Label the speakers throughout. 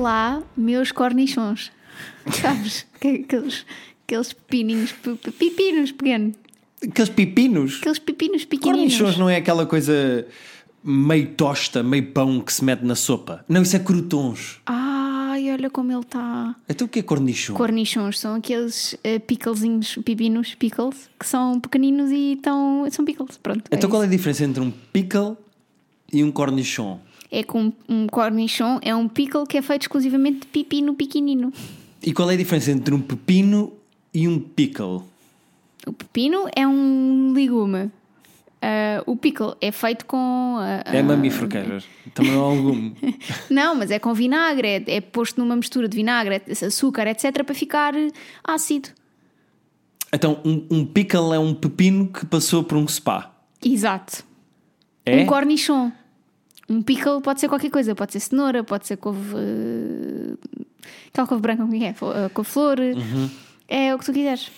Speaker 1: lá meus cornichons. Sabes? Que- Aqueles, aqueles pepininhos, pe- pe- pepinos pequenos.
Speaker 2: Aqueles pepinos.
Speaker 1: Aqueles pepinos pequeninos.
Speaker 2: Cornichons não é aquela coisa meio tosta, meio pão que se mete na sopa. Não, isso é crotons.
Speaker 1: Ai, olha como ele está.
Speaker 2: Então o que é cornichon?
Speaker 1: Cornichons são aqueles eh, picklezinhos, pepinos, pickles, que são pequeninos e tão, são pickles. Pronto. é
Speaker 2: então qual
Speaker 1: isso.
Speaker 2: é a diferença entre um pickle e um cornichon?
Speaker 1: É que um, um cornichon é um pickle que é feito exclusivamente de pepino pequenino.
Speaker 2: E qual é a diferença entre um pepino e um pickle?
Speaker 1: O pepino é um legume. Ah, o pickle é feito com. ah,
Speaker 2: É
Speaker 1: ah,
Speaker 2: mamífero, queijas. Também não há algum.
Speaker 1: Não, mas é com vinagre, é, é posto numa mistura de vinagre, açúcar, etc., para ficar eh, ácido.
Speaker 2: Então, um, um pickle é um pepino que passou por um spa.
Speaker 1: Exato.
Speaker 2: É?
Speaker 1: Um cornichon. Um pickle pode ser qualquer coisa, pode ser cenoura, pode ser couve. eh, Aquela couve branca, como é que é? Fo- eh, Couve-flor. É o que tu quiseres.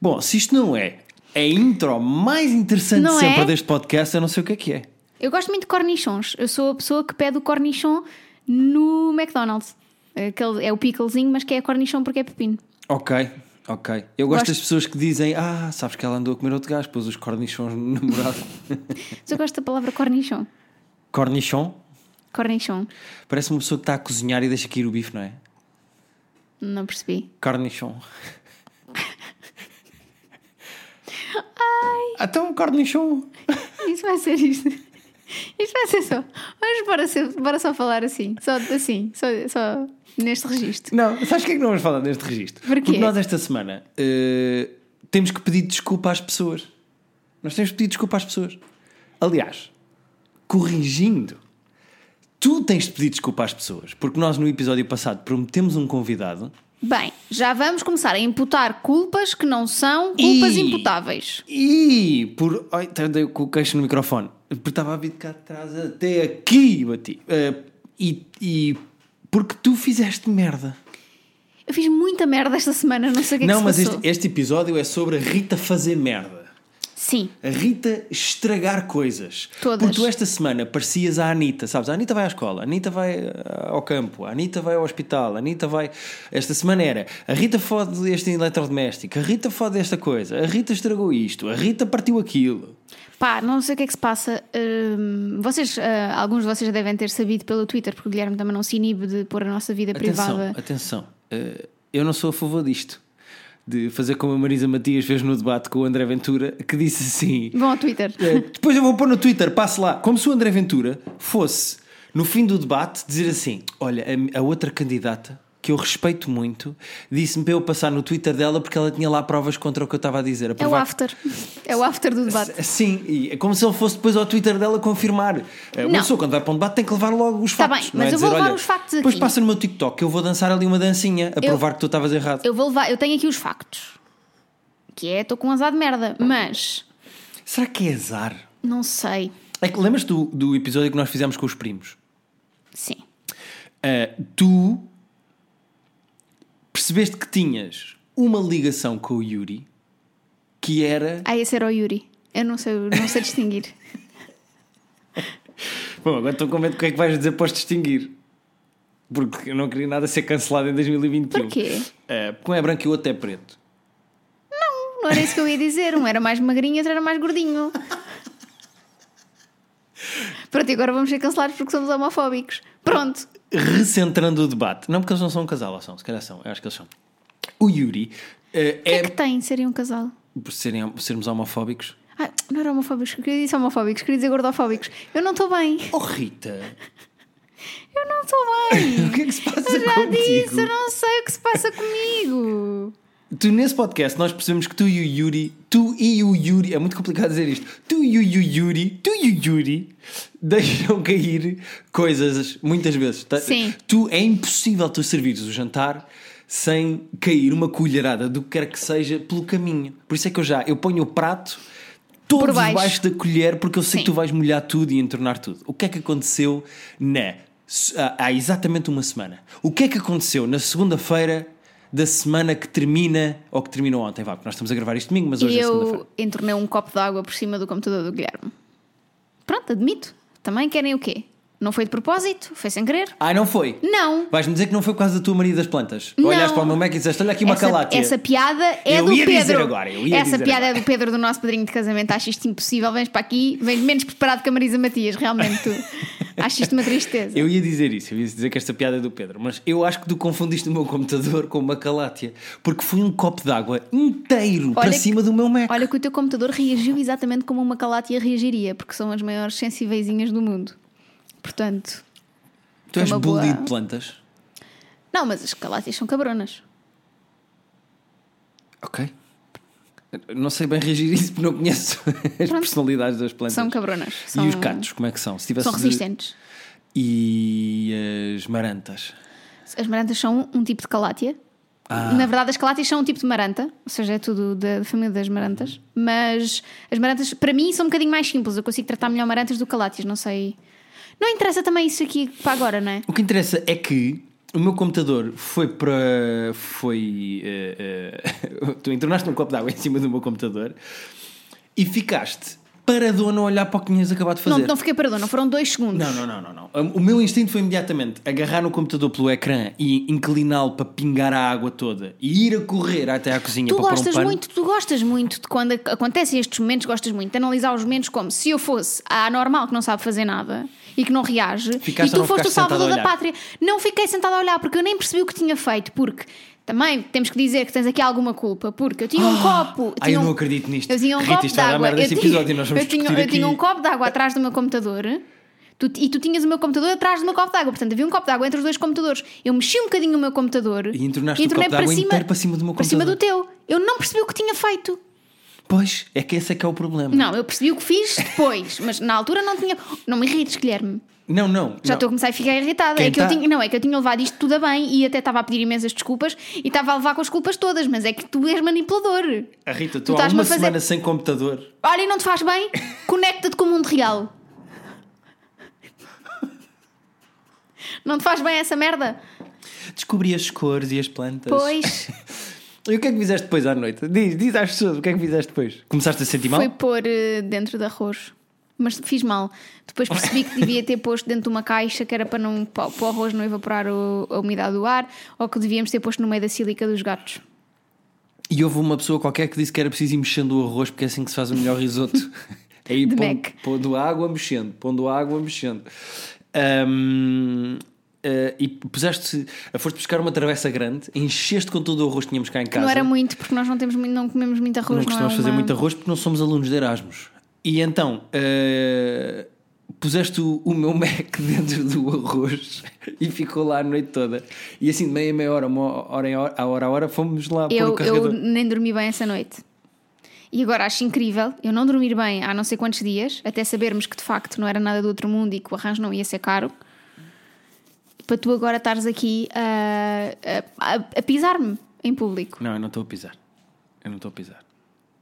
Speaker 2: Bom, se isto não é a intro mais interessante
Speaker 1: Não
Speaker 2: sempre
Speaker 1: é?
Speaker 2: deste podcast, eu não sei o que é que é.
Speaker 1: Eu gosto muito de cornichons. Eu sou a pessoa que pede o cornichon no McDonald's. Aquele, é o picklezinho, mas que é cornichon porque é pepino.
Speaker 2: Ok, ok. Eu gosto,
Speaker 1: Gosto.
Speaker 2: das pessoas que dizem: Ah, sabes que ela andou a comer outro gajo, pôs os cornichons no namorado.
Speaker 1: Mas eu gosto da palavra cornichon.
Speaker 2: Cornichon?
Speaker 1: Cornichon.
Speaker 2: Parece uma pessoa que está a cozinhar e deixa cair o bife, não é?
Speaker 1: Não percebi.
Speaker 2: Cornichon. Ai. Até um cornichon.
Speaker 1: Isso vai ser isto. Isto vai ser só. Vamos bora, ser, bora só falar assim. Só assim. Só, só neste registro.
Speaker 2: Não, sabes o que é que não vamos falar neste registro?
Speaker 1: Porquê?
Speaker 2: Porque nós esta semana eh, temos que pedir desculpa às pessoas. Nós temos que pedir desculpa às pessoas. Aliás, corrigindo, tu tens de pedir desculpa às pessoas, porque nós no episódio passado prometemos um convidado
Speaker 1: Bem, já vamos começar a imputar culpas que não são culpas
Speaker 2: Ih.
Speaker 1: imputável. imputáveis.
Speaker 2: e por. Ai, tardei com o queixo no microfone. Porque estava a vir de cá de trás até aqui, bati. Eh, e, e porque tu fizeste merda.
Speaker 1: Eu fiz muita merda esta semana, não sei o que é
Speaker 2: não,
Speaker 1: que
Speaker 2: mas
Speaker 1: se
Speaker 2: este,
Speaker 1: passou.
Speaker 2: este episódio é sobre a Rita fazer merda.
Speaker 1: Sim.
Speaker 2: A Rita estragar coisas.
Speaker 1: Todas.
Speaker 2: Porque tu esta semana parecias a Anitta, sabes? A Anitta vai à escola, a Anitta vai ah, ao campo, a Anitta vai ao hospital, a Anitta vai. Esta semana era a Rita fode este eletrodoméstico, a Rita fode esta coisa, a Rita estragou isto, a Rita partiu aquilo.
Speaker 1: Pá, não sei o que é que se passa. Hum, vocês, ah, alguns de vocês devem ter sabido pelo Twitter, porque o Guilherme também não se inibe de pôr a nossa vida É privada.
Speaker 2: Atenção, atenção. Eh, eu não sou a favor disto. De fazer como a Marisa Matias fez no debate com o André Ventura, que disse assim.
Speaker 1: Vão ao Twitter.
Speaker 2: Eh, Depois eu vou pôr no Twitter, passe lá. Como se o André Ventura fosse, no fim do debate, dizer assim: Olha, a, a outra candidata, que eu respeito muito, disse-me para eu passar no Twitter dela porque ela tinha lá provas contra o que eu estava a dizer. A
Speaker 1: É o
Speaker 2: provar-
Speaker 1: after. É o after do debate.
Speaker 2: S- Sim, e é como se ele fosse depois ao Twitter dela confirmar. Eh, Uma
Speaker 1: Não.
Speaker 2: pessoa, quando vai para um debate, tem que levar logo os
Speaker 1: Tá bem,
Speaker 2: factos. não é?
Speaker 1: mas eu vou
Speaker 2: Dizer,
Speaker 1: levar
Speaker 2: "Olha,
Speaker 1: os factos
Speaker 2: Depois
Speaker 1: aqui."
Speaker 2: passa no meu TikTok, eu vou dançar ali uma dancinha a
Speaker 1: Eu-
Speaker 2: provar que tu estavas errado.
Speaker 1: Eu vou levar, eu tenho aqui os factos. Que é, estou com um azar de merda, mas
Speaker 2: Será que é azar?
Speaker 1: não sei.
Speaker 2: É que lembras do, do episódio que nós fizemos com os primos?
Speaker 1: Sim.
Speaker 2: Uh, tu percebeste que tinhas uma ligação com o Yuri que era.
Speaker 1: Ah, esse era o Yuri. Eu não sei, não sei distinguir.
Speaker 2: Bom, agora estou com medo do que é que vais dizer para os distinguir. Porque eu não queria nada ser cancelado em 2021.
Speaker 1: Porquê?
Speaker 2: Uh, porque um é branco e o outro é preto.
Speaker 1: Não era isso que eu ia dizer. Um era mais magrinho, outro era mais gordinho. Pronto, e agora vamos ser cancelados porque somos homofóbicos. Pronto.
Speaker 2: Recentrando o debate. Não porque eles não são um casal, ou são, se calhar são, eu acho que eles são. O Yuri uh,
Speaker 1: O que é
Speaker 2: é,
Speaker 1: que tem seria um casal?
Speaker 2: por serem, por sermos homofóbicos.
Speaker 1: Ai, não era homofóbicos, eu queria dizer homofóbicos, queria dizer gordofóbicos. Eu não estou bem.
Speaker 2: Oh Rita,
Speaker 1: Eu não estou bem.
Speaker 2: o que é que se passa
Speaker 1: Eu já
Speaker 2: contigo?
Speaker 1: disse, eu não sei o que se passa comigo.
Speaker 2: Tu, nesse podcast, nós percebemos que tu e o Yuri, tu e o Yuri, é muito complicado dizer isto, tu e o Yu- Yuri, tu e o Yuri deixam cair coisas muitas vezes. Tá-
Speaker 1: Sim.
Speaker 2: Tu, é impossível tu servires o jantar sem cair uma colherada do que quer que seja pelo caminho. Por isso é que eu já, eu ponho o prato todo
Speaker 1: Por baixo.
Speaker 2: debaixo da colher porque eu
Speaker 1: Sim.
Speaker 2: sei que tu vais molhar tudo e entornar tudo. O que é que aconteceu na, ah, há há exatamente uma semana? O que é que aconteceu na segunda-feira da semana que termina, ou que terminou ontem, vá, porque nós estamos a gravar isto domingo, mas hoje
Speaker 1: E
Speaker 2: é segunda-feira.
Speaker 1: eu entornei um copo de água por cima do computador do Guilherme. Pronto, admito. Também querem o quê? Não foi de propósito, foi sem querer.
Speaker 2: Ah, não foi?
Speaker 1: Não.
Speaker 2: Vais-me dizer que não foi por causa da tua Maria das Plantas.
Speaker 1: Não.
Speaker 2: Olhaste para o meu Mac e disseste: Olha aqui uma
Speaker 1: essa,
Speaker 2: calátia.
Speaker 1: essa piada é
Speaker 2: Eu
Speaker 1: do
Speaker 2: ia
Speaker 1: Pedro.
Speaker 2: dizer agora, eu ia
Speaker 1: essa
Speaker 2: dizer
Speaker 1: piada
Speaker 2: agora.
Speaker 1: é do Pedro, do nosso padrinho de casamento. Achas isto impossível? Vens para aqui, vens menos preparado que a Marisa Matias, realmente tu. Achas isto uma tristeza.
Speaker 2: Eu ia dizer isso, eu ia dizer que esta piada é do Pedro, mas eu acho que tu confundiste o meu computador com uma calátia, porque foi um copo de água inteiro para
Speaker 1: que-
Speaker 2: cima do meu Mac.
Speaker 1: Olha que o teu computador reagiu exatamente como uma calátia reagiria, porque são as maiores sensíveis do mundo. Portanto,
Speaker 2: tu és
Speaker 1: é uma boa-
Speaker 2: bully de plantas.
Speaker 1: não, mas as calátias são cabronas.
Speaker 2: Ok. Não sei bem reagir a isso porque não conheço as personalidades das plantas.
Speaker 1: São cabronas. São,
Speaker 2: E os catos, como é que são? Se tivesse
Speaker 1: São
Speaker 2: de-
Speaker 1: resistentes.
Speaker 2: E as marantas.
Speaker 1: As marantas são um tipo de calátia.
Speaker 2: Ah.
Speaker 1: Na verdade, as calátias são um tipo de maranta, ou seja, é tudo da da família das marantas. Mas as marantas, para mim, são um bocadinho mais simples. Eu consigo tratar melhor marantas do que calátias, não sei. Não interessa também isso aqui para agora, não é?
Speaker 2: O que interessa é que o meu computador foi para. Foi. eh, eh, tu entornaste um copo de água em cima do meu computador e ficaste paradona a olhar para o que tinhas acabado de
Speaker 1: Não,
Speaker 2: fazer.
Speaker 1: não fiquei perdona, foram dois segundos.
Speaker 2: Não, não, não, não, não. O meu instinto foi imediatamente agarrar no computador pelo ecrã e incliná-lo para pingar a água toda e ir a correr até à cozinha
Speaker 1: Tu
Speaker 2: para pôr um
Speaker 1: gostas
Speaker 2: pano.
Speaker 1: muito, tu gostas muito de quando ac- acontecem estes momentos, gostas muito de analisar os momentos como se eu fosse a anormal que não sabe fazer nada e que não reage
Speaker 2: Ficaste
Speaker 1: e
Speaker 2: ou
Speaker 1: tu
Speaker 2: não
Speaker 1: foste o
Speaker 2: ficaste sentada
Speaker 1: salvador
Speaker 2: a
Speaker 1: da
Speaker 2: olhar?
Speaker 1: pátria. Não fiquei sentada a olhar porque eu nem percebi o que tinha feito, porque também temos que dizer que tens aqui alguma culpa, porque eu tinha um copo.
Speaker 2: Ah, ai, eu
Speaker 1: tinha um-
Speaker 2: não acredito nisto.
Speaker 1: Eu tinha um
Speaker 2: Rita,
Speaker 1: copo
Speaker 2: isto vai dar
Speaker 1: d'água.
Speaker 2: merda
Speaker 1: Eu
Speaker 2: este
Speaker 1: tinha-
Speaker 2: episódio, nós vamos
Speaker 1: eu tinha-
Speaker 2: discutir
Speaker 1: eu tinha
Speaker 2: aqui.
Speaker 1: um copo d'água atrás do meu computador. tu- e tu tinhas o meu computador atrás do meu copo d'água, portanto havia um copo d'água entre os dois computadores. Eu mexi um bocadinho o meu computador
Speaker 2: E entornaste o
Speaker 1: entornei
Speaker 2: copo d'água inteiro para cima do meu
Speaker 1: para cima do
Speaker 2: computador.
Speaker 1: teu. Eu não percebi o que tinha feito.
Speaker 2: Pois, é que esse é que é o problema.
Speaker 1: Não, eu percebi o que fiz depois, mas na altura não tinha. Não me irrites, Guilherme.
Speaker 2: Não, não.
Speaker 1: Já
Speaker 2: não.
Speaker 1: estou a começar a ficar irritada.
Speaker 2: Quem
Speaker 1: é que eu
Speaker 2: tá-
Speaker 1: tinha, não, é que eu tinha levado isto tudo a bem e até estava a pedir imensas desculpas e estava a levar com as culpas todas, mas é que tu és manipulador.
Speaker 2: A Rita,
Speaker 1: Tu
Speaker 2: tu, há
Speaker 1: estás-me
Speaker 2: uma
Speaker 1: a fazer-
Speaker 2: semana sem computador.
Speaker 1: Olha, e não te faz bem? Conecta-te com o mundo real. Não te faz bem essa merda?
Speaker 2: Descobri as cores e as plantas.
Speaker 1: Pois
Speaker 2: E o que é que fizeste depois à noite? Diz, diz às pessoas o que é que fizeste depois. Começaste a sentir mal?
Speaker 1: foi pôr eh, dentro de arroz. Mas fiz mal. Depois percebi que devia ter posto dentro de uma caixa que era para, não, para, para o arroz não evaporar o- a umidade do ar ou que devíamos ter posto no meio da sílica dos gatos.
Speaker 2: E houve uma pessoa qualquer que disse que era preciso ir mexendo o arroz porque é assim que se faz o melhor risoto. Aí
Speaker 1: De
Speaker 2: pondo,
Speaker 1: Mac.
Speaker 2: pondo água, mexendo, pondo água, mexendo. Ahm, ah, e puseste, foste buscar uma travessa grande, encheste com todo o arroz que tínhamos cá em casa.
Speaker 1: Não era muito, porque nós não, temos muito, não comemos muito arroz.
Speaker 2: não costumamos
Speaker 1: é
Speaker 2: fazer
Speaker 1: uma-
Speaker 2: muito arroz porque não somos alunos de Erasmus. E então, eh, puseste o, o meu Mac dentro do arroz e ficou lá a noite toda. E assim, de meia, meia hora, uma hora, em hora a hora, a hora, fomos lá pôr o
Speaker 1: Eu, eu
Speaker 2: carregador.
Speaker 1: nem dormi bem essa noite. E agora acho incrível eu não dormir bem há não sei quantos dias, até sabermos que de facto não era nada do outro mundo e que o arranjo não ia ser caro. Para tu agora estares aqui a, a- a- a pisar-me em público.
Speaker 2: Não, eu não estou a pisar. Eu não estou a pisar.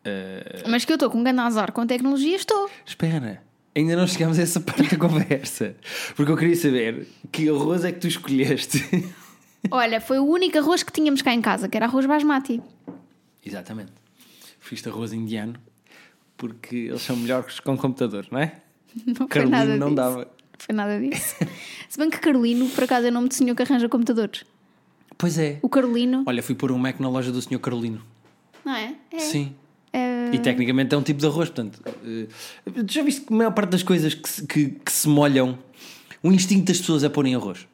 Speaker 2: Eh,
Speaker 1: Mas que eu estou com um grande azar com a tecnologia, estou.
Speaker 2: espera, ainda não chegámos a essa parte da conversa. Porque eu queria saber que arroz é que tu escolheste.
Speaker 1: Olha, foi o único arroz que tínhamos cá em casa, que era arroz basmati.
Speaker 2: Exatamente. Fiz arroz indiano porque eles são melhores com computador, não é?
Speaker 1: Não foi
Speaker 2: Carolino
Speaker 1: nada
Speaker 2: não
Speaker 1: disso.
Speaker 2: dava.
Speaker 1: Foi nada disso. Se bem que Carolino, por acaso, é o nome do senhor que arranja computadores.
Speaker 2: Pois é.
Speaker 1: O Carolino.
Speaker 2: Olha, fui pôr um Mac na loja do Sr. Carolino.
Speaker 1: Não é? É.
Speaker 2: Sim.
Speaker 1: É.
Speaker 2: E tecnicamente é um tipo de arroz, portanto. eh, tu já viste que a maior parte das coisas que se, que- que se molham, o instinto das pessoas é pôr em arroz.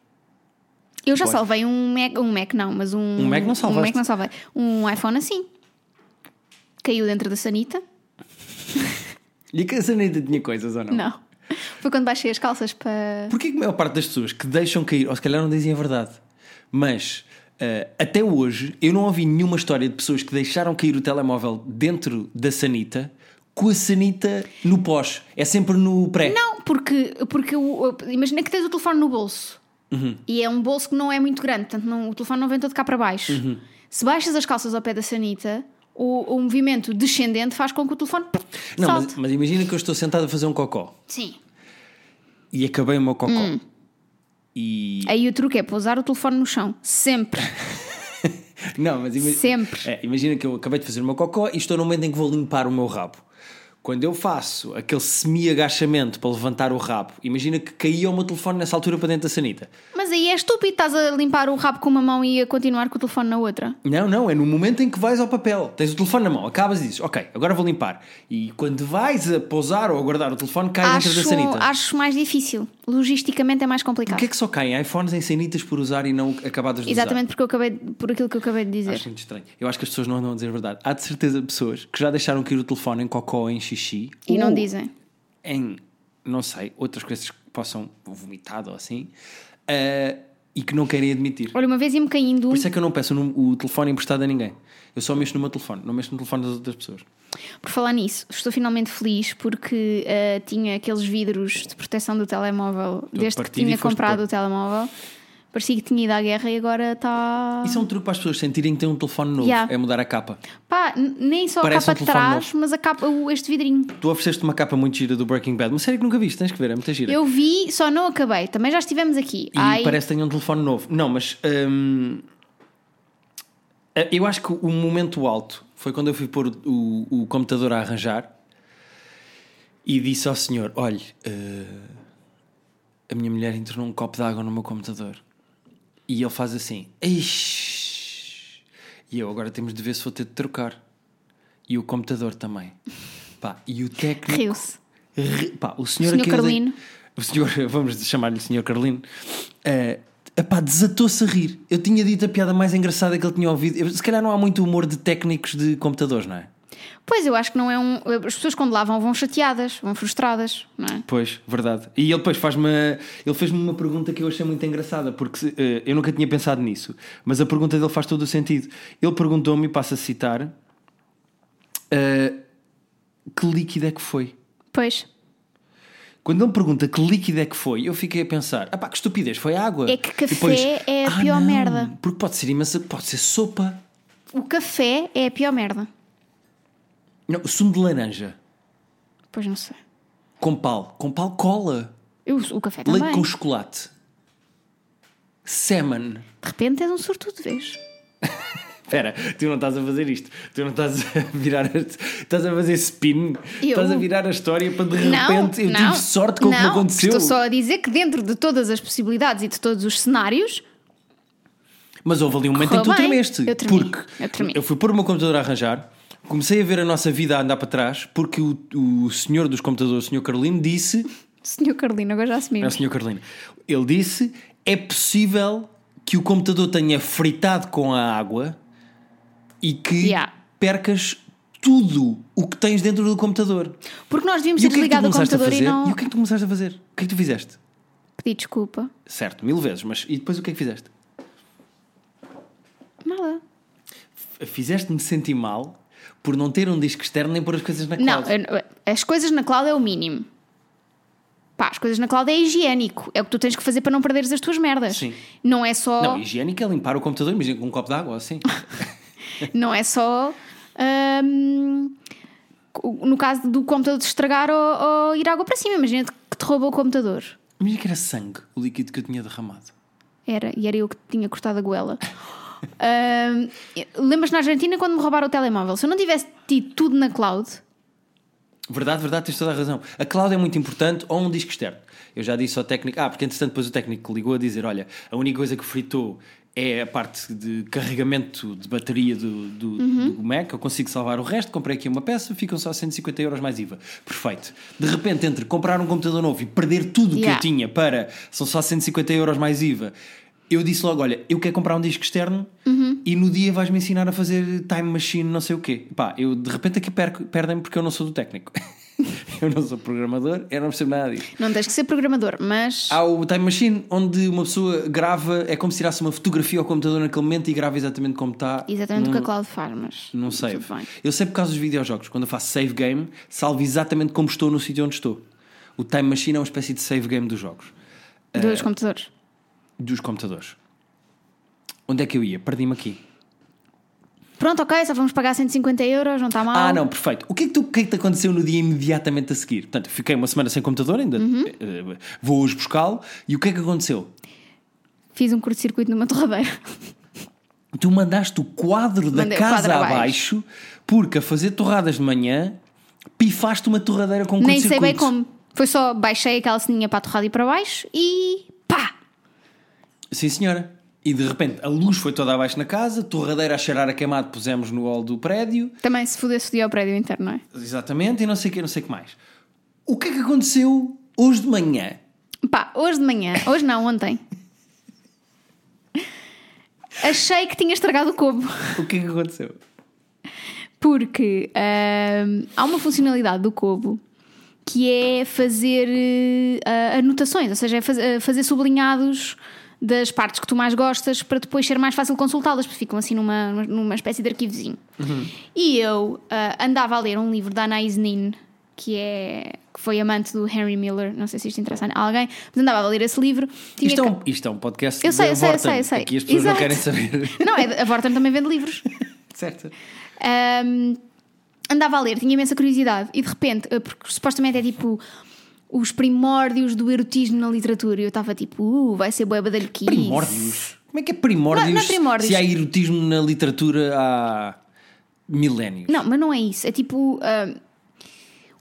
Speaker 1: Eu já
Speaker 2: Pode.
Speaker 1: salvei um Mac, um Mac não, mas um.
Speaker 2: Um Mac não
Speaker 1: Um
Speaker 2: salvaste.
Speaker 1: Mac não salvei. Um iPhone assim. Caiu dentro da sanita.
Speaker 2: E que a sanita tinha coisas ou não?
Speaker 1: Não. Foi quando baixei as calças para.
Speaker 2: Porquê que a maior parte das pessoas que deixam cair, ou se calhar não dizem a verdade, mas eh, até hoje eu não ouvi nenhuma história de pessoas que deixaram cair o telemóvel dentro da sanita com a sanita no pós. É sempre no pré.
Speaker 1: Não, porque, porque o- o- imagina que tens o telefone no bolso
Speaker 2: Uhum.
Speaker 1: e é um bolso que não é muito grande, portanto não- o telefone não vem todo cá para baixo.
Speaker 2: Uhum.
Speaker 1: Se baixas as calças ao pé da sanita, o, o movimento descendente faz com que o telefone
Speaker 2: Não, mas,
Speaker 1: salte.
Speaker 2: mas imagina que eu estou sentado a fazer um cocó
Speaker 1: Sim.
Speaker 2: e acabei o meu cocó.
Speaker 1: Hum.
Speaker 2: E
Speaker 1: Aí o truque é pousar o telefone no chão. Sempre.
Speaker 2: Não, mas é, imagina,
Speaker 1: Sempre.
Speaker 2: imagina que eu acabei de fazer o meu cocó e estou no momento em que vou limpar o meu rabo. Quando eu faço aquele semi-agachamento para levantar o rabo, imagina que caía o meu telefone nessa altura para dentro da sanita.
Speaker 1: Mas aí é estúpido, estás a limpar o rabo com uma mão e a continuar com o telefone na outra.
Speaker 2: Não, não, é no momento em que vais ao papel. Tens o telefone na mão, acabas e dizes, ok, agora vou limpar. E quando vais a pousar ou a guardar o telefone, cai dentro da
Speaker 1: Acho,
Speaker 2: sanita.
Speaker 1: acho mais difícil. Logisticamente é mais complicado.
Speaker 2: Porquê é que só caem iPhones em sanitas por usar e não acabados de
Speaker 1: Exatamente porque eu acabei de- por aquilo que eu acabei de
Speaker 2: usar?
Speaker 1: dizer.
Speaker 2: Acho muito estranho. Eu acho que as pessoas não andam a dizer a verdade. Há de certeza pessoas que já deixaram cair o telefone em cocó ou em xixi.
Speaker 1: E não
Speaker 2: ou
Speaker 1: dizem.
Speaker 2: Em, não sei, outras coisas que possam vomitado ou assim. ah, e que não querem admitir.
Speaker 1: Olha, uma vez ia-me caindo um.
Speaker 2: Por isso é que eu não peço o num- o telefone emprestado a ninguém. Eu só mexo no meu telefone, não mexo no telefone das outras pessoas.
Speaker 1: Por falar nisso, estou finalmente feliz porque ah, tinha aqueles vidros de proteção do telemóvel desde que
Speaker 2: partido e
Speaker 1: tinha
Speaker 2: foste
Speaker 1: comprado
Speaker 2: pôr.
Speaker 1: o telemóvel. Parecia que tinha ido à guerra e agora tá está.
Speaker 2: Isso é um truque para as pessoas sentirem que têm um telefone novo.
Speaker 1: Yeah.
Speaker 2: É mudar a capa.
Speaker 1: Pá, n- nem só a
Speaker 2: Parece
Speaker 1: capa
Speaker 2: um
Speaker 1: de
Speaker 2: telefone
Speaker 1: trás, mas a capa, o- este vidrinho.
Speaker 2: Tu ofereceste uma capa muito gira do Breaking Bad, uma série que nunca viste, tens que ver, é muito gira.
Speaker 1: Eu vi, só não acabei. Também já estivemos aqui.
Speaker 2: E
Speaker 1: Ai,
Speaker 2: parece que tem um telefone novo. Não, mas hum, eh, eu acho que o momento alto foi quando eu fui pôr o, o computador a arranjar e disse ao senhor: Olhe, eh, a minha mulher entrou num copo de água no meu computador. E ele faz assim: Ixi. E eu agora temos de ver se vou ter de trocar. E o computador também. Pá, e o técnico.
Speaker 1: riu-se.
Speaker 2: Re- pá, o senhor,
Speaker 1: Senhor
Speaker 2: aquilo da-
Speaker 1: Carolino.
Speaker 2: o senhor, vamos chamar-lhe senhor Carolino. eh, epá, desatou-se a rir. Eu tinha dito a piada mais engraçada que ele tinha ouvido. Eu- se calhar não há muito humor de técnicos de computadores, não é?
Speaker 1: Pois eu acho que não é um. As pessoas quando lá vão vão chateadas, vão frustradas, não é?
Speaker 2: Pois, verdade. E ele depois faz-me. Ele fez-me uma pergunta que eu achei muito engraçada, porque se- eh, eu nunca tinha pensado nisso, mas a pergunta dele faz todo o sentido. Ele perguntou-me, e passo a citar: eh, Que líquido é que foi?
Speaker 1: Pois.
Speaker 2: Quando ele me pergunta que líquido é que foi, eu fiquei a pensar: ah pá, que estupidez, foi água.
Speaker 1: É que
Speaker 2: E "Ah,
Speaker 1: café é a pior merda."
Speaker 2: Porque pode ser imensa, pode ser sopa.
Speaker 1: O café é a pior merda.
Speaker 2: Não, sumo de laranja,
Speaker 1: Pois não sei.
Speaker 2: com pau, com pau cola,
Speaker 1: Eu, o café também.
Speaker 2: leite com chocolate, salmon.
Speaker 1: De repente és um sortudo, vês?
Speaker 2: Espera, tu não estás a fazer isto, tu não estás a virar, a- estás a fazer spin,
Speaker 1: Eu?
Speaker 2: estás a virar a história para de repente eu tive sorte com o que me
Speaker 1: não,
Speaker 2: aconteceu.
Speaker 1: Estou só a dizer que dentro de todas as possibilidades e de todos os cenários,
Speaker 2: Mas houve ali um momento em
Speaker 1: Correu
Speaker 2: que tu
Speaker 1: bem.
Speaker 2: tremeste.
Speaker 1: Eu tremi,
Speaker 2: Porque
Speaker 1: eu tremi.
Speaker 2: fui pôr o meu computador a arranjar, comecei a ver a nossa vida a andar para trás, porque o, o senhor dos computadores, o senhor Carolino, disse.
Speaker 1: Senhor Carolina, agora já
Speaker 2: Não, o
Speaker 1: assumimos.
Speaker 2: senhor Carolino. Ele disse: é possível que o computador tenha fritado com a água e que
Speaker 1: Yeah.
Speaker 2: percas tudo o que tens dentro do computador.
Speaker 1: Porque nós devíamos
Speaker 2: E
Speaker 1: ter
Speaker 2: o que é que tu
Speaker 1: desligado o
Speaker 2: começaste a
Speaker 1: computador
Speaker 2: fazer?
Speaker 1: e não.
Speaker 2: E o que é que tu começaste a fazer? O que é que tu fizeste?
Speaker 1: Pedi desculpa.
Speaker 2: Certo, mil vezes, mas e depois o que é que fizeste?
Speaker 1: Nada.
Speaker 2: Fizeste-me sentir mal por não ter um disco externo nem pôr as coisas na
Speaker 1: Não,
Speaker 2: cloud.
Speaker 1: eu- as coisas na cloud é o mínimo. Pá, as coisas na cloud é higiênico. É o que tu tens que fazer para não perderes as tuas merdas.
Speaker 2: Sim.
Speaker 1: Não é só.
Speaker 2: Não, higiênico é limpar o computador, imagina com um copo de água, assim.
Speaker 1: Não é só. hum, no caso do computador de estragar ou, ou ir água para cima, imagina que te roubou o computador.
Speaker 2: Imagina que era sangue o líquido que eu tinha derramado.
Speaker 1: Era, e era eu que tinha cortado a goela. Hum, Lembras na Argentina quando me roubaram o telemóvel? Se eu não tivesse tido tudo na cloud,
Speaker 2: Verdade, verdade, tens toda a razão. A cloud é muito importante ou um disco externo. Eu já disse ao técnico, ah, porque entretanto depois o técnico ligou a dizer: olha, a única coisa que fritou é a parte de carregamento de bateria do, do,
Speaker 1: Uhum.
Speaker 2: do Mac, eu consigo salvar o resto, comprei aqui uma peça, ficam só 150 euros mais IVA. Perfeito. De repente, entre comprar um computador novo e perder tudo que eu
Speaker 1: Yeah.
Speaker 2: tinha para são só 150 euros mais IVA. Eu disse logo: Olha, eu quero comprar um disco externo e no dia vais-me ensinar a fazer time machine, não sei o quê. Pá, eu de repente aqui perco- perdem-me porque eu não sou do técnico. eu não sou programador, eu não percebo nada disto.
Speaker 1: não tens que ser programador, mas.
Speaker 2: Há o time machine onde uma pessoa grava, é como se tirasse uma fotografia ao computador naquele momento e grava exatamente como está.
Speaker 1: Exatamente o que a cloud faz, mas.
Speaker 2: Não
Speaker 1: sei
Speaker 2: save. Eu sei por causa dos videojogos. Quando eu faço save game, salvo exatamente como estou no sítio onde estou. O time machine é uma espécie de save game dos jogos. É.
Speaker 1: Dois computadores.
Speaker 2: dos computadores. Onde é que eu ia? Perdi-me aqui.
Speaker 1: Pronto, ok, só vamos pagar 150 euros, não está mal.
Speaker 2: Ah, não, perfeito. O que é que, tu, o que é que te aconteceu no dia imediatamente a seguir? Portanto, fiquei uma semana sem computador, ainda
Speaker 1: Uhum.
Speaker 2: eh, vou hoje buscá-lo. E o que é que aconteceu?
Speaker 1: Fiz um curto-circuito numa torradeira.
Speaker 2: Tu mandaste o quadro da
Speaker 1: Mandei o
Speaker 2: casa
Speaker 1: quadro abaixo.
Speaker 2: abaixo, porque a fazer torradas de manhã Pifaste uma torradeira com um
Speaker 1: Nem sei bem
Speaker 2: curto-circuito.
Speaker 1: como. Foi só baixei a calcinha para a torrada e para baixo e pá!
Speaker 2: Sim, senhora. E de repente a luz foi toda abaixo na casa, torradeira a cheirar a queimado pusemos no hall do prédio,
Speaker 1: Também se fudesse o dia ao prédio interno, não é?
Speaker 2: exatamente, e não sei o que, não sei o que mais. O que é que aconteceu hoje de manhã?
Speaker 1: Pá, hoje de manhã, hoje não, ontem. Achei que tinha estragado o cubo.
Speaker 2: O que é que aconteceu?
Speaker 1: Porque ahm, há uma funcionalidade do Kobo que é fazer eh, ah, anotações, ou seja, é faz- ah, fazer sublinhados das partes que tu mais gostas para depois ser mais fácil consultá-las, porque ficam assim numa, numa espécie de arquivozinho.
Speaker 2: Uhum.
Speaker 1: E eu ah, andava a ler um livro da Anais Nin, que é que foi amante do Henry Miller, não sei se isto interessa a alguém, mas andava a ler esse livro. Tinha
Speaker 2: Isto é,
Speaker 1: ca-
Speaker 2: um, isto é um podcast
Speaker 1: Eu sei,
Speaker 2: de
Speaker 1: eu sei, eu
Speaker 2: Vorten.
Speaker 1: sei, eu sei.
Speaker 2: Aqui as pessoas
Speaker 1: Exato.
Speaker 2: não querem saber.
Speaker 1: Não, é, a Vorten também vende livros.
Speaker 2: certo.
Speaker 1: Ahm, andava a ler, tinha imensa curiosidade e de repente, eh, porque supostamente é tipo os primórdios do erotismo na literatura, e eu estava tipo, uh, vai ser boa badalhoquice.
Speaker 2: Primórdios. Como é que é primórdios,
Speaker 1: Não- não é primórdios.
Speaker 2: se há erotismo na literatura há milénios?
Speaker 1: Não, mas não é isso, é tipo ahm,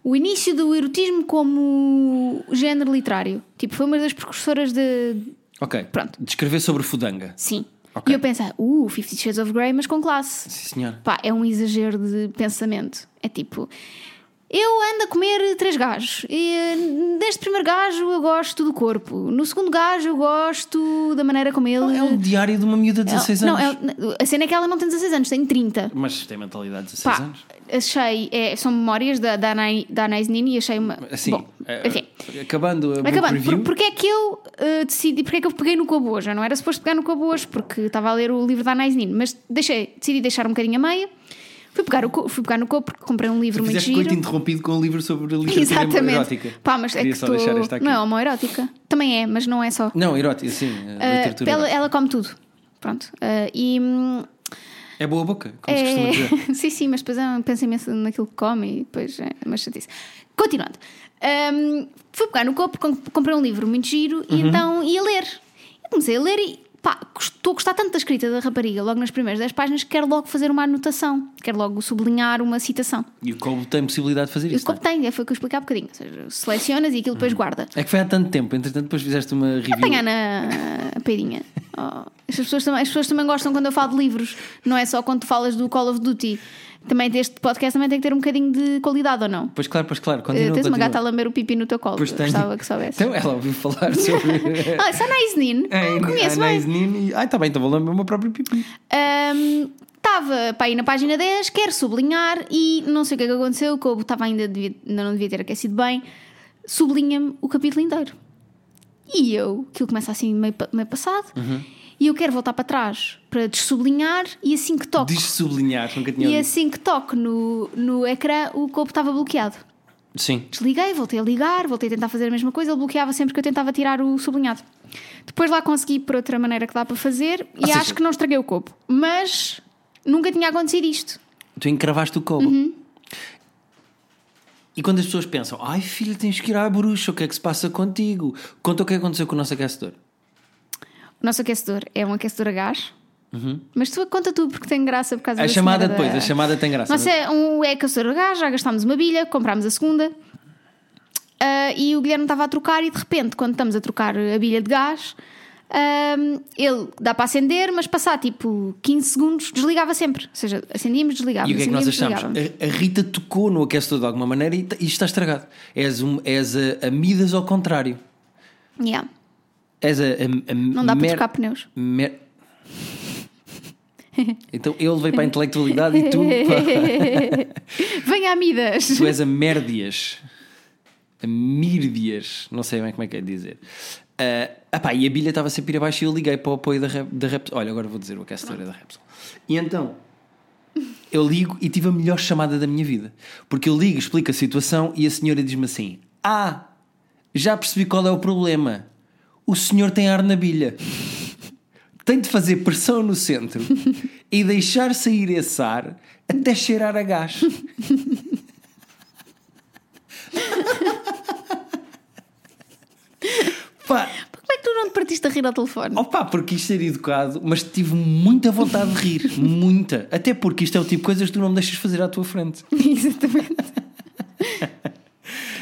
Speaker 1: o início do erotismo como género literário. Tipo, foi uma das precursoras de.
Speaker 2: Ok.
Speaker 1: Pronto.
Speaker 2: Descrever sobre fudanga.
Speaker 1: Sim.
Speaker 2: Ok.
Speaker 1: E eu pensei, uh, Fifty Shades of Grey, mas com classe.
Speaker 2: Sim, senhora.
Speaker 1: Pá, é um exagero de pensamento. É tipo, eu ando a comer três gajos. E eh, neste primeiro gajo eu gosto do corpo. No segundo gajo eu gosto da maneira como ele.
Speaker 2: É o diário de uma miúda de 16
Speaker 1: eh, não,
Speaker 2: anos.
Speaker 1: é- a cena é que ela não tem 16 anos, tem 30.
Speaker 2: Mas tem mentalidade de 16
Speaker 1: Pá,
Speaker 2: anos.
Speaker 1: achei. é, são memórias da, da, Anai, da Anais Nini e achei uma.
Speaker 2: Assim,
Speaker 1: Bom,
Speaker 2: eh,
Speaker 1: enfim.
Speaker 2: acabando eh, a book
Speaker 1: Acabando,
Speaker 2: review,
Speaker 1: por, porque é que eu eh, decidi, porque é que eu peguei no Cabo hoje? Eu não era suposto pegar no Cabo hoje, porque estava a ler o livro da Anais Nin, mas deixei, decidi deixar um bocadinho a meia. Fui pegar, o, co- fui pegar no Cabo porque comprei um livro muito
Speaker 2: fizeste coito
Speaker 1: giro.
Speaker 2: interrompido com um livro sobre literatura
Speaker 1: Exatamente.
Speaker 2: erótica.
Speaker 1: Pá, mas é
Speaker 2: Queria
Speaker 1: que
Speaker 2: só
Speaker 1: tô-
Speaker 2: deixar esta aqui.
Speaker 1: não é uma erótica. Também é, mas não é só.
Speaker 2: Não, é erótica, sim.
Speaker 1: Eh,
Speaker 2: literatura
Speaker 1: ela,
Speaker 2: erótica.
Speaker 1: ela come tudo. Pronto. Eh, e. hum,
Speaker 2: É boa boca, como se costuma dizer.
Speaker 1: É... sim, sim, mas depois ah, pensa imenso naquilo que come e depois é uma chatice. Continuando, Ahm, fui pegar no copo, com- comprei um livro muito giro
Speaker 2: Uhum.
Speaker 1: e então ia ler. E comecei a ler e pá, gost- estou a gostar tanto da escrita da rapariga logo nas primeiras 10 páginas que quero logo fazer uma anotação, quero logo sublinhar uma citação.
Speaker 2: E o Cobo tem possibilidade de fazer
Speaker 1: E o
Speaker 2: isso.
Speaker 1: copo tem, é, foi o que eu expliquei há bocadinho. Ou seja, selecionas e aquilo depois guarda.
Speaker 2: não é? É que foi há tanto tempo, entretanto, depois fizeste uma review.
Speaker 1: Apanhar na peidinha. Oh, As, pessoas também, as pessoas também gostam quando eu falo de livros, não é só quando tu falas do Call of Duty. Também este podcast também tem que ter um bocadinho de qualidade ou não?
Speaker 2: Pois claro, pois claro,
Speaker 1: Eh,
Speaker 2: continua,
Speaker 1: tens uma
Speaker 2: continua.
Speaker 1: gata a lamber o pipi no teu colo,
Speaker 2: Pois
Speaker 1: eu
Speaker 2: tenho.
Speaker 1: gostava que soubesse.
Speaker 2: Então ela ouviu falar sobre.
Speaker 1: Ah, isso é Nice Nin,
Speaker 2: É,
Speaker 1: não conheço bem.
Speaker 2: Nini. Ai, tá bem, então vou lamber o meu próprio pipi.
Speaker 1: Ahm, Estava para aí na página 10, quero sublinhar e não sei o que é que aconteceu, que eu estava ainda, devia- ainda não devia ter aquecido bem, sublinha-me o capítulo inteiro. E eu, aquilo começa assim meio, pa- meio passado, e eu quero voltar para trás para dessublinhar e assim que toco.
Speaker 2: Diz sublinhar, nunca tinha
Speaker 1: E
Speaker 2: ouvido.
Speaker 1: assim que toco no, no ecrã, o copo estava bloqueado.
Speaker 2: Sim.
Speaker 1: Desliguei, voltei a ligar, voltei a tentar fazer a mesma coisa, ele bloqueava sempre que eu tentava tirar o sublinhado. Depois lá consegui por outra maneira que dá para fazer e
Speaker 2: Ou seja-
Speaker 1: acho que não estraguei o copo. Mas nunca tinha acontecido isto.
Speaker 2: Tu encravaste o cobo.
Speaker 1: Uhum.
Speaker 2: E quando as pessoas pensam, ai filho, tens que ir à bruxa, o que é que se passa contigo? Conta o que aconteceu com o nosso aquecedor.
Speaker 1: O nosso aquecedor é um aquecedor a gás. Mas tu conta tu porque tem graça por causa
Speaker 2: Uhum. A
Speaker 1: da
Speaker 2: chamada
Speaker 1: senhora da-
Speaker 2: depois, a chamada tem graça.
Speaker 1: Nossa,
Speaker 2: não é?
Speaker 1: é um é aquecedor a gás, já gastámos uma bilha, comprámos a segunda. Ah, e o Guilherme estava a trocar e de repente, quando estamos a trocar a bilha de gás, ahm, ele dá para acender, mas passar tipo 15 segundos, desligava sempre. Ou seja, acendíamos, desligávamos.
Speaker 2: E o que é que nós
Speaker 1: acendíamos,
Speaker 2: achamos?
Speaker 1: desligávamos.
Speaker 2: A, a Rita tocou no aquecedor de alguma maneira e, t- e está estragado. És, um, és a, a Midas ao contrário.
Speaker 1: Yeah.
Speaker 2: És a, a, a
Speaker 1: Não dá para trocar pneus.
Speaker 2: Mer... Então eu levei para a intelectualidade e tu, pá,
Speaker 1: Venha, amidas!
Speaker 2: tu és a merdias. A mirdias. Não sei bem como é que é de dizer. Ah, apá, e a bilha estava sempre a ir abaixo e eu liguei para o apoio da, Rep- da Repsol. Olha, agora vou dizer o que é a história da Repsol. E então, eu ligo e tive a melhor chamada da minha vida. Porque eu ligo, explico a situação e a senhora diz-me assim: Ah, já percebi qual é o problema. O senhor tem ar na bilha. Tem de fazer pressão no centro e deixar sair esse ar até cheirar a gás. Pá,
Speaker 1: Como é que tu não te partiste a rir ao telefone?
Speaker 2: Opa, porque isto era educado, mas tive muita vontade de rir. Muita. Até porque isto é o tipo de coisas que tu não me deixas fazer à tua frente.
Speaker 1: Exatamente.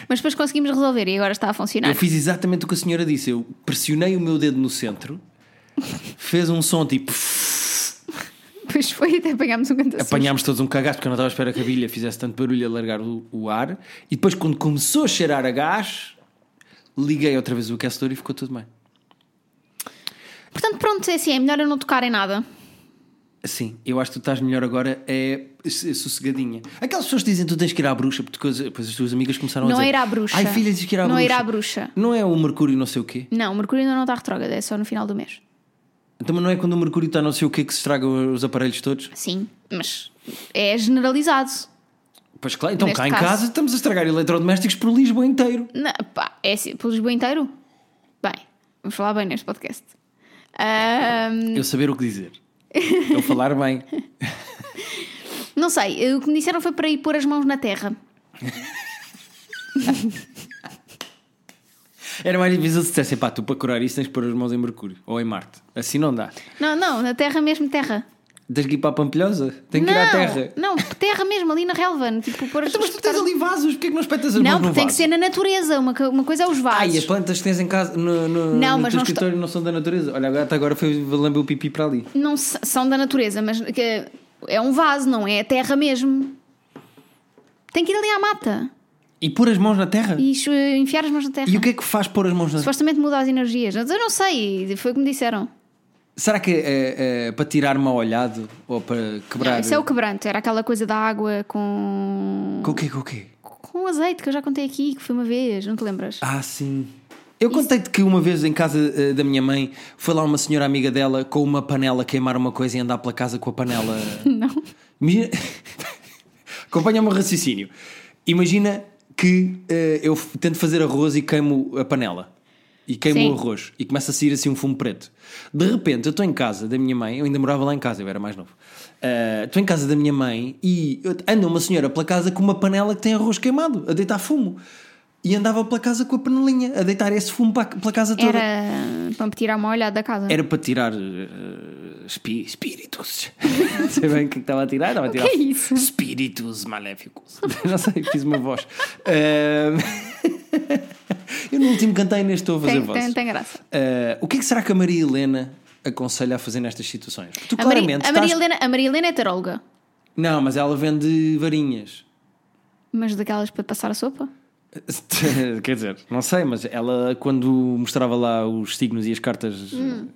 Speaker 1: Mas depois conseguimos resolver e agora está a funcionar.
Speaker 2: Eu fiz exatamente o que a senhora disse. Eu pressionei o meu dedo no centro, fez um som tipo.
Speaker 1: Depois foi até apanhámos um canto
Speaker 2: Apanhámos todos um cagaço porque eu não estava à espera que a bilha fizesse tanto barulho a largar o, o ar. E depois, quando começou a cheirar a gás, liguei outra vez o aquecedor e ficou tudo bem.
Speaker 1: Portanto, pronto, é assim, é melhor eu não tocar em nada.
Speaker 2: Sim, eu acho que tu estás melhor agora, é s- sossegadinha. Aquelas pessoas que dizem que tu tens que ir à bruxa, porque coisa- depois as tuas amigas começaram a
Speaker 1: Não
Speaker 2: dizer.
Speaker 1: é ir à bruxa.
Speaker 2: Ai, filha, tens que ir à
Speaker 1: Não é
Speaker 2: bruxa.
Speaker 1: ir à bruxa.
Speaker 2: Não é o Mercúrio não sei o quê.
Speaker 1: Não, o Mercúrio ainda não está retrógrado, é só no final do mês.
Speaker 2: Então, mas não é quando o Mercúrio está não sei o quê que se estragam os aparelhos todos?
Speaker 1: Sim, mas é generalizado.
Speaker 2: Pois claro, então
Speaker 1: Neste
Speaker 2: cá em
Speaker 1: caso.
Speaker 2: casa estamos a estragar eletrodomésticos por Lisboa inteiro.
Speaker 1: Não, pá, é assim, pelo Lisboa inteiro? Bem, vamos falar bem neste podcast. Ahm,
Speaker 2: Eu saber o que dizer. Eu falar bem.
Speaker 1: não sei, o que me disseram foi para ir pôr as mãos na terra.
Speaker 2: Era mais difícil se dissessem, pá, tu para curar isso tens que pôr as mãos em Mercúrio ou em Marte. Assim não dá.
Speaker 1: Não, não, na terra mesmo, terra.
Speaker 2: Tens que ir para a Pampilhosa, tem que
Speaker 1: não,
Speaker 2: ir à Terra.
Speaker 1: Não, terra mesmo, ali na relva. no- Tipo, pôr as
Speaker 2: Então, mas tu tens ali vasos, porquê é que não espetas as
Speaker 1: Não,
Speaker 2: mãos no
Speaker 1: porque tem que
Speaker 2: vaso?
Speaker 1: ser na natureza. Uma, co- uma coisa é os
Speaker 2: Ai, Ah, as
Speaker 1: vasos.
Speaker 2: plantas que tens em casa no, no,
Speaker 1: Não,
Speaker 2: no
Speaker 1: mas
Speaker 2: teu
Speaker 1: não
Speaker 2: escritório não são da natureza. Olha, agora, até agora foi lamber o pipi para ali.
Speaker 1: Não s- são da natureza, mas que- é um vaso, não é a terra mesmo. Tem que ir ali à mata
Speaker 2: E pôr as mãos na terra? E,
Speaker 1: e chu- enfiar as mãos na terra.
Speaker 2: o que é que faz pôr as mãos na terra?
Speaker 1: Supostamente muda as energias. Mas Eu não sei, foi o que me disseram.
Speaker 2: Será que é, é para tirar mal olhado ou para quebrar?
Speaker 1: Não, isso é o quebranto, era aquela coisa da água com.
Speaker 2: Com o quê? Com o quê?
Speaker 1: com azeite que eu já contei aqui, que foi uma vez, não te lembras?
Speaker 2: Ah, sim. Eu contei-te que uma vez em casa eh, da minha mãe foi lá uma senhora amiga dela com uma panela queimar uma coisa e andar pela casa com a panela.
Speaker 1: Não.
Speaker 2: Mi- Acompanha o meu raciocínio. Imagina que eh, eu f- tento fazer arroz e queimo a panela. E queimo
Speaker 1: Sim.
Speaker 2: o arroz. E começa a sair assim um fumo preto. De repente, eu estou em casa da minha mãe. Eu ainda morava lá em casa, eu era mais novo. Eh, Estou em casa da minha mãe e eu- anda uma senhora pela casa com uma panela que tem arroz queimado, a deitar fumo. E andava pela casa com a panelinha, a deitar esse fumo para a- pela casa toda.
Speaker 1: Era para me tirar uma olhada da casa.
Speaker 2: então Era para tirar eh, espí- espíritus. Não sei bem o que é que estava a tirar. Estava a tirar
Speaker 1: que é isso?
Speaker 2: espíritus maléficos. Não sei, fiz uma voz. Ahm, Eu no último cantei neste estou a fazer
Speaker 1: tem,
Speaker 2: voz.
Speaker 1: tem, tem graça.
Speaker 2: o que é que será que a Maria Helena aconselha a fazer nestas situações? Porque tu
Speaker 1: A Maria,
Speaker 2: claramente
Speaker 1: a, Maria
Speaker 2: estás-
Speaker 1: Helena, a Maria Helena é taróloga,
Speaker 2: Não, mas ela vende varinhas.
Speaker 1: mas daquelas para passar a sopa?
Speaker 2: Quer dizer, não sei, mas ela quando mostrava lá os signos e as cartas
Speaker 1: Hum.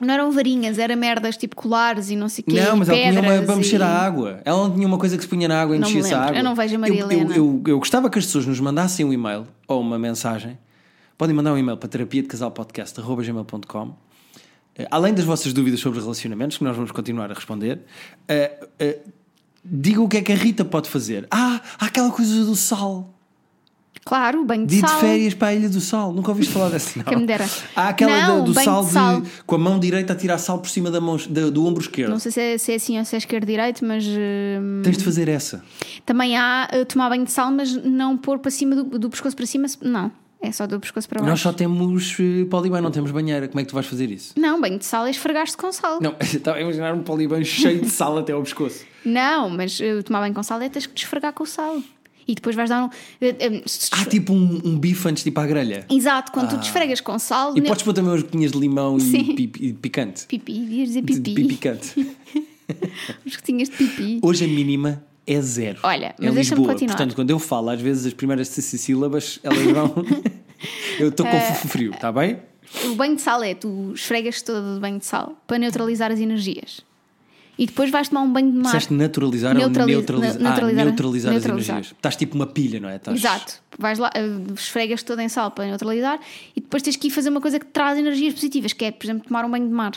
Speaker 1: Não eram varinhas, eram merdas tipo colares e não sei o quê.
Speaker 2: Não, mas é
Speaker 1: e
Speaker 2: ela tinha uma
Speaker 1: pedras
Speaker 2: para mexer
Speaker 1: e-
Speaker 2: a água. Ela não tinha uma coisa que se punha na água e
Speaker 1: Não me
Speaker 2: mexia-se a
Speaker 1: lembro.
Speaker 2: água.
Speaker 1: Eu não vejo a Maria
Speaker 2: eu,
Speaker 1: Helena.
Speaker 2: Eu, eu- eu gostava que as pessoas nos mandassem um e-mail ou uma mensagem. Podem mandar um e-mail para terapia de casal Eh, Além das vossas dúvidas sobre relacionamentos, que nós vamos continuar a responder, eh, eh, digam o que é que a Rita pode fazer. Ah, há aquela coisa do sal.
Speaker 1: Claro, banho de
Speaker 2: Dia de
Speaker 1: sal.
Speaker 2: férias para a Ilha do Sal. Nunca ouviste falar dessa, não?
Speaker 1: Quem me dera.
Speaker 2: Há aquela da-
Speaker 1: Não,
Speaker 2: do
Speaker 1: banho
Speaker 2: sal,
Speaker 1: de sal.
Speaker 2: De, com a mão direita a tirar sal por cima da mão, da- do ombro esquerdo.
Speaker 1: Não sei se é, se é assim ou se é esquerdo direito, mas hum,
Speaker 2: Tens de fazer essa.
Speaker 1: também há eh, tomar banho de sal, mas não pôr para cima do, do pescoço para cima. se- Não, é só do pescoço para
Speaker 2: Nós
Speaker 1: baixo.
Speaker 2: só temos eh, polibanho, não temos banheira. Como é que tu vais fazer isso?
Speaker 1: Não, banho de sal é esfregar-se com sal.
Speaker 2: Não, estava a imaginar um polibanho cheio de sal até ao pescoço.
Speaker 1: Não, mas eh, tomar banho com sal é tens que te esfregar com o sal. E depois vais dar um. eh, eh, se-
Speaker 2: Há tipo um, um bife antes de ir para a grelha.
Speaker 1: Exato, quando tu te esfregas com sal.
Speaker 2: Ah. E
Speaker 1: ne-
Speaker 2: podes pôr também umas gotinhas de limão e,
Speaker 1: Sim.
Speaker 2: pi- e picante.
Speaker 1: Pipi, ias dizer
Speaker 2: De-
Speaker 1: pipi.
Speaker 2: De picante.
Speaker 1: Os que tinhas de pipi.
Speaker 2: Hoje a mínima é zero.
Speaker 1: Olha,
Speaker 2: é
Speaker 1: mas deixa-me
Speaker 2: Lisboa.
Speaker 1: continuar.
Speaker 2: Portanto, quando eu falo, às vezes as primeiras sílabas elas vão. eu estou com
Speaker 1: Eh,
Speaker 2: frio, está bem?
Speaker 1: O banho de sal é tu esfregas todo de banho de sal para neutralizar as energias. E depois vais tomar um banho de mar.
Speaker 2: Disseste naturalizar ou
Speaker 1: Neutraliz- ne-
Speaker 2: neutraliza- Ah,
Speaker 1: neutralizar- né?
Speaker 2: neutralizar as
Speaker 1: neutralizar.
Speaker 2: energias. Estás tipo uma pilha, não é? Estás-
Speaker 1: Exato. Vais lá, eh, esfregas todo em sal para neutralizar e depois tens que ir fazer uma coisa que te traz energias positivas, que é, por exemplo, tomar um banho de mar.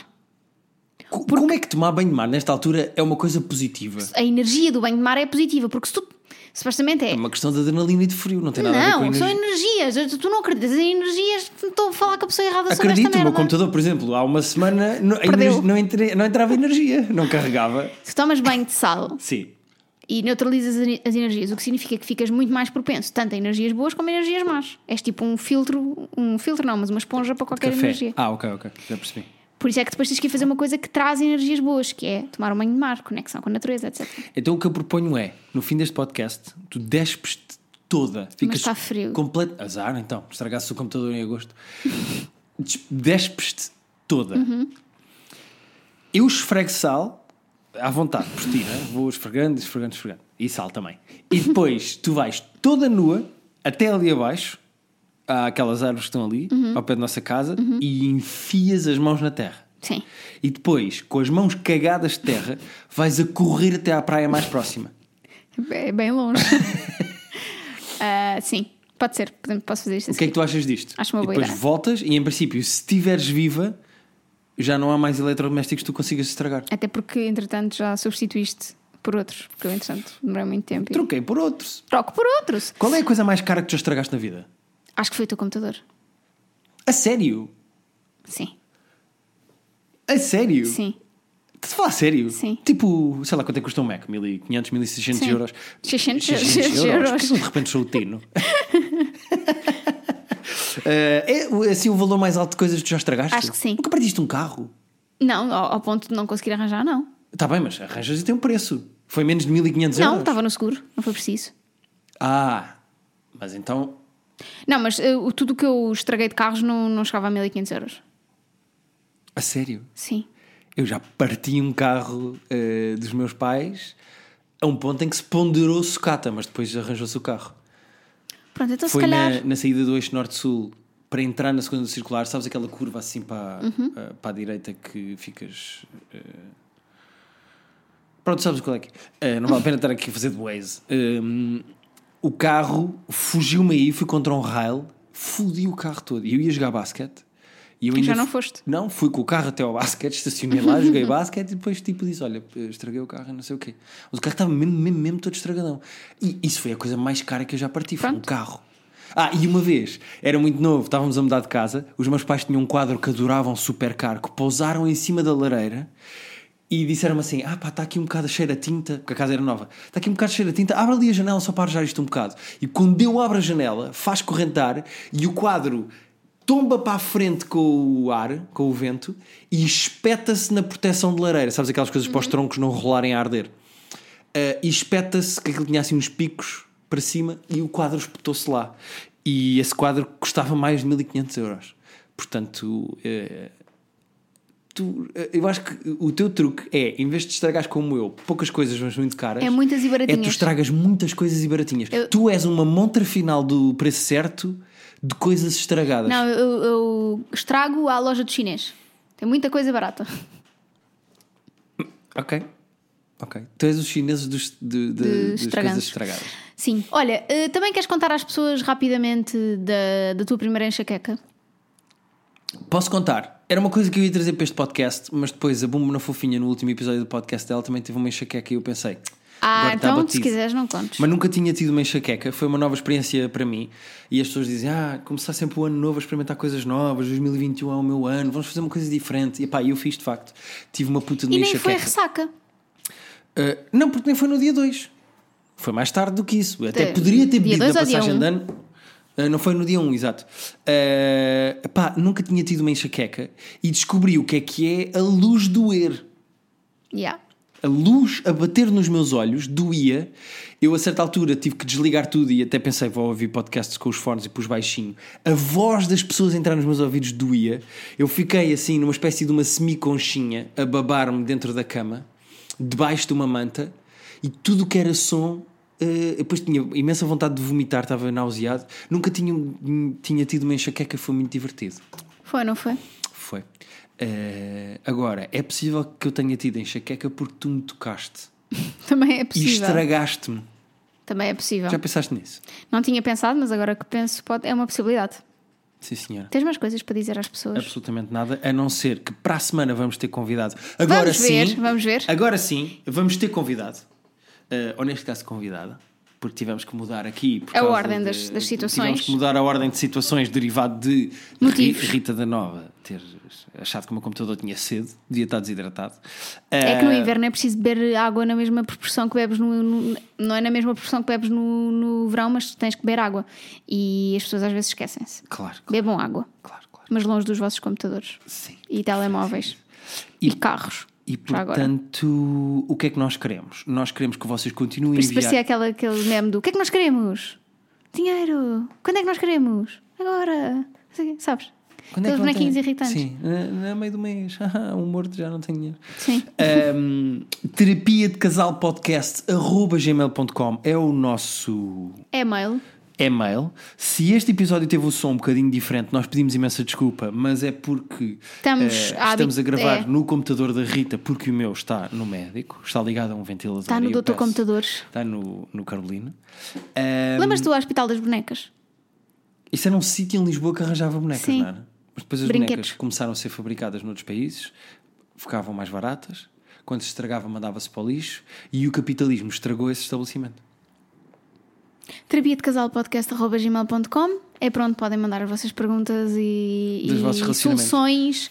Speaker 2: Co- Como é que tomar banho de mar nesta altura é uma coisa positiva?
Speaker 1: A energia do banho de mar é positiva, porque se tu. Supostamente é.
Speaker 2: É uma questão de adrenalina e de frio, não tem nada a ver com
Speaker 1: Não,
Speaker 2: energia.
Speaker 1: são energias. Tu não acreditas em energias. Estou a falar com a pessoa errada sobre
Speaker 2: Acredito,
Speaker 1: esta
Speaker 2: o meu
Speaker 1: merda.
Speaker 2: computador, por exemplo, há uma semana não, a
Speaker 1: Perdeu.
Speaker 2: energia- não, entre- não entrava energia, não carregava.
Speaker 1: Se tomas banho de sal
Speaker 2: Sim.
Speaker 1: e neutralizas as- as energias, o que significa que ficas muito mais propenso, tanto a energias boas como a energias más. És tipo um filtro, um filtro não, mas uma esponja para qualquer
Speaker 2: Café.
Speaker 1: energia.
Speaker 2: Ah, ok, ok, já percebi.
Speaker 1: Por isso é que depois tens que ir fazer uma coisa que traz energias boas, que é tomar um banho de mar, conexão com a natureza, etc.
Speaker 2: Então o que eu proponho é, no fim deste podcast, tu despes toda. Ficas
Speaker 1: está frio.
Speaker 2: Completo. Azar, então. Estragasse o computador em agosto. Des- Despes-te toda.
Speaker 1: Uhum.
Speaker 2: Eu esfrego sal à vontade, por ti, né? Vou esfregando, esfregando, esfregando. E sal também. E depois tu vais toda nua até ali abaixo. Há aquelas árvores que estão ali,
Speaker 1: Uhum.
Speaker 2: ao pé da nossa casa, e enfias as mãos na terra.
Speaker 1: Sim.
Speaker 2: E depois, com as mãos cagadas de terra, vais a correr até à praia mais próxima.
Speaker 1: É bem longe. Ah, sim, pode ser. Podemos- Posso fazer isto
Speaker 2: O que é
Speaker 1: assim.
Speaker 2: que tu achas disto?
Speaker 1: Acho uma
Speaker 2: e
Speaker 1: boa
Speaker 2: depois
Speaker 1: ideia.
Speaker 2: voltas e, em princípio, se estiveres viva, já não há mais eletrodomésticos que tu consigas estragar.
Speaker 1: Até porque, entretanto, já substituíste por outros. Porque eu, entretanto, demorei muito tempo. e-
Speaker 2: Troquei por outros.
Speaker 1: Troco por outros.
Speaker 2: Qual é a coisa mais cara que tu já estragaste na vida?
Speaker 1: Acho que foi o teu computador.
Speaker 2: A sério?
Speaker 1: Sim,
Speaker 2: A sério?
Speaker 1: sim.
Speaker 2: Estás a falar a sério?
Speaker 1: Sim.
Speaker 2: Tipo, sei lá quanto é que custa um Mac? 1500, 1600
Speaker 1: Sim.
Speaker 2: euros?
Speaker 1: 600 euros.
Speaker 2: Por que eu de repente sou o Tino? Eh, é o- assim o valor mais alto de coisas que tu já estragaste?
Speaker 1: Acho que sim.
Speaker 2: Nunca partiste um carro?
Speaker 1: Não, ao, ao ponto de não conseguir arranjar, não.
Speaker 2: Está bem, mas arranjas e tem um preço. Foi menos de 1500
Speaker 1: Não,
Speaker 2: euros?
Speaker 1: estava no seguro, não foi preciso.
Speaker 2: Ah, mas então.
Speaker 1: Não, mas eh, o- tudo o que eu estraguei de carros não, não chegava a 1500 euros.
Speaker 2: A sério?
Speaker 1: Sim.
Speaker 2: Eu já parti um carro eh, dos meus pais a um ponto em que se ponderou sucata, mas depois arranjou-se o carro.
Speaker 1: Pronto, então
Speaker 2: Foi
Speaker 1: se calhar.
Speaker 2: na, na saída do eixo norte-sul para entrar na segunda circular, sabes aquela curva assim para,
Speaker 1: Uhum.
Speaker 2: eh, para a direita que ficas. eh, Pronto, sabes qual é que é? Eh, não vale a pena estar aqui a fazer de Waze. Hum, o carro fugiu-me aí, fui contra um rail, fodi o carro todo. E eu ia jogar basquete. E eu
Speaker 1: Já
Speaker 2: ainda
Speaker 1: não
Speaker 2: fu-
Speaker 1: foste?
Speaker 2: Não, fui com o carro até ao basquete, estacionei lá, joguei basquete e depois tipo disse: Olha, estraguei o carro, e não sei o quê. Mas o carro estava mesmo, mesmo, mesmo todo estragadão. E isso foi a coisa mais cara que eu já parti, foi um
Speaker 1: Pronto.
Speaker 2: carro. Ah, e uma vez, era muito novo, estávamos a mudar de casa, os meus pais tinham um quadro que adoravam super caro, que pousaram em cima da lareira e disseram-me assim: Ah, pá, está aqui um bocado cheiro a tinta, porque a casa era nova, está aqui um bocado cheiro a tinta, abre ali a janela só para arejar isto um bocado. E quando eu abro a janela, faz correntar e o quadro tomba para a frente com o ar, com o vento, e espeta-se na proteção de lareira. Sabes aquelas coisas
Speaker 1: Uhum.
Speaker 2: para os troncos não rolarem a arder? Uh, e espeta-se que aquilo tinha assim uns picos para cima e o quadro espetou-se lá. E esse quadro custava mais de 1500 euros. Portanto, eh, tu, eh, eu acho que o teu truque é, em vez de estragares como eu, poucas coisas, mas muito caras,
Speaker 1: É muitas e
Speaker 2: é tu
Speaker 1: baratinhas.
Speaker 2: estragas muitas coisas e baratinhas.
Speaker 1: Eu-
Speaker 2: Tu és uma montra final do preço certo de coisas estragadas.
Speaker 1: Não, eu, eu estrago à loja do chinês. Tem muita coisa barata.
Speaker 2: Ok. Ok. Tu és os chineses dos, de, de- das coisas
Speaker 1: estragantes.
Speaker 2: estragadas.
Speaker 1: Sim. Olha, eh, também queres contar às pessoas rapidamente da, da tua primeira enxaqueca?
Speaker 2: Posso contar? Era uma coisa que eu ia trazer para este podcast, mas depois a Bumba na Fofinha, no último episódio do podcast dela, também teve uma enxaqueca e eu pensei.
Speaker 1: Ah,
Speaker 2: agora está
Speaker 1: então se
Speaker 2: batido.
Speaker 1: quiseres não contes.
Speaker 2: Mas nunca tinha tido uma enxaqueca, foi uma nova experiência para mim. E as pessoas dizem: Ah, começar sempre o ano novo a experimentar coisas novas, 2021 é o meu ano, vamos fazer uma coisa diferente. E pá, eu fiz de facto. Tive uma puta de
Speaker 1: E
Speaker 2: uma
Speaker 1: nem foi a
Speaker 2: enxaqueca.
Speaker 1: ressaca.
Speaker 2: Uh, não, porque nem foi no dia 2. Foi mais tarde do que isso. Até
Speaker 1: De-
Speaker 2: poderia ter
Speaker 1: dia
Speaker 2: pedido na
Speaker 1: dois ou dia
Speaker 2: passagem
Speaker 1: um?
Speaker 2: de ano. Uh, não foi no dia 1, um, exato. Uh, pá, nunca tinha tido uma enxaqueca e descobri o que é que é a luz doer.
Speaker 1: Yeah.
Speaker 2: A luz a bater nos meus olhos doía. Eu, a certa altura, tive que desligar tudo e até pensei, vou ouvir podcasts com os fones e pus baixinho. A voz das pessoas entrar nos meus ouvidos doía. Eu fiquei assim, numa espécie de uma semiconchinha, a babar-me dentro da cama, debaixo de uma manta, e tudo o que era som. eh, depois tinha imensa vontade de vomitar, estava nauseado. Nunca tinha, tinha tido uma enxaqueca, foi muito divertido.
Speaker 1: Foi, não foi?
Speaker 2: Foi. Eh, agora, é possível que eu tenha tido enxaqueca porque tu me tocaste
Speaker 1: Também é
Speaker 2: e
Speaker 1: possível.
Speaker 2: estragaste-me.
Speaker 1: Também é possível.
Speaker 2: Já pensaste nisso?
Speaker 1: Não tinha pensado, mas agora que penso, pode... é uma possibilidade.
Speaker 2: Sim, senhora.
Speaker 1: Tens mais coisas para dizer às pessoas?
Speaker 2: Absolutamente nada, a não ser que para a semana vamos ter convidado. Agora
Speaker 1: vamos
Speaker 2: sim,
Speaker 1: ver, vamos ver.
Speaker 2: agora sim, vamos ter convidado. Eh, ou neste caso, convidada. Porque tivemos que mudar aqui. por
Speaker 1: A
Speaker 2: causa
Speaker 1: ordem
Speaker 2: de-
Speaker 1: das- das
Speaker 2: Tivemos
Speaker 1: situações.
Speaker 2: que mudar a ordem de situações derivado de
Speaker 1: Motivos.
Speaker 2: Ri- Rita da Nova ter achado que o meu computador tinha sede, devia estar desidratado.
Speaker 1: É que no
Speaker 2: Eh,
Speaker 1: inverno é preciso beber água na mesma proporção que bebes no, no- Não é na mesma proporção que bebes no, no verão, mas tens que beber água. E as pessoas às vezes esquecem-se.
Speaker 2: Claro, claro,
Speaker 1: Bebam água,
Speaker 2: claro, claro.
Speaker 1: mas longe dos vossos computadores
Speaker 2: Sim.
Speaker 1: e telemóveis
Speaker 2: E-
Speaker 1: e, carros.
Speaker 2: E
Speaker 1: já agora.
Speaker 2: portanto, o que é que nós queremos? Nós queremos que vocês continuem a
Speaker 1: Por isso
Speaker 2: enviar.
Speaker 1: parecia aquela, aquele meme do o que é que nós queremos? Dinheiro! Quando é que nós queremos? Agora! Não sei o quê, Sabes?
Speaker 2: Quando é
Speaker 1: Aqueles
Speaker 2: que não
Speaker 1: bonequinhos
Speaker 2: tem?
Speaker 1: irritantes.
Speaker 2: Sim, no meio do mês. Ah, um morto já não tem dinheiro.
Speaker 1: Sim.
Speaker 2: Ahm, terapia de casal podcast arroba gmail.com é o nosso
Speaker 1: É mail.
Speaker 2: e-mail. Se este episódio teve o som um bocadinho diferente, nós pedimos imensa desculpa, mas é porque
Speaker 1: Estamos
Speaker 2: eh,
Speaker 1: a
Speaker 2: estamos a
Speaker 1: habit-
Speaker 2: gravar
Speaker 1: é.
Speaker 2: no computador da Rita, porque o meu está no médico, está ligado a um ventilador.
Speaker 1: Está no
Speaker 2: e eu
Speaker 1: Doutor
Speaker 2: peço-
Speaker 1: Computadores.
Speaker 2: Está no, no Carolina. Ahm,
Speaker 1: Lembras-te do Hospital das Bonecas?
Speaker 2: isso era um sítio em Lisboa que arranjava bonecas,
Speaker 1: Sim.
Speaker 2: não era? Mas depois as
Speaker 1: Brinquedos.
Speaker 2: bonecas começaram a ser fabricadas noutros países, ficavam mais baratas, quando se estragava mandava-se para o lixo e o capitalismo estragou esse estabelecimento.
Speaker 1: Terapia de casal podcast.gmail.com é para onde podem mandar as vossas perguntas e,
Speaker 2: Dos
Speaker 1: e
Speaker 2: vossos relacionamentos.
Speaker 1: soluções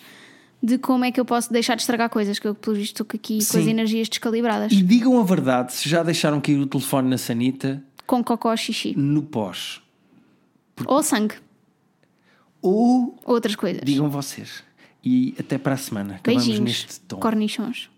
Speaker 1: de como é que eu posso deixar de estragar coisas, que eu, pelo visto, estou aqui com as
Speaker 2: Sim.
Speaker 1: energias descalibradas.
Speaker 2: E digam a verdade se já deixaram cair o telefone na sanita
Speaker 1: Com cocó ou xixi.
Speaker 2: no pós.
Speaker 1: Ou sangue.
Speaker 2: Ou
Speaker 1: Outras coisas.
Speaker 2: digam vocês. E até para a semana. Acabamos
Speaker 1: Beijinhos.
Speaker 2: neste tom.
Speaker 1: Cornichons.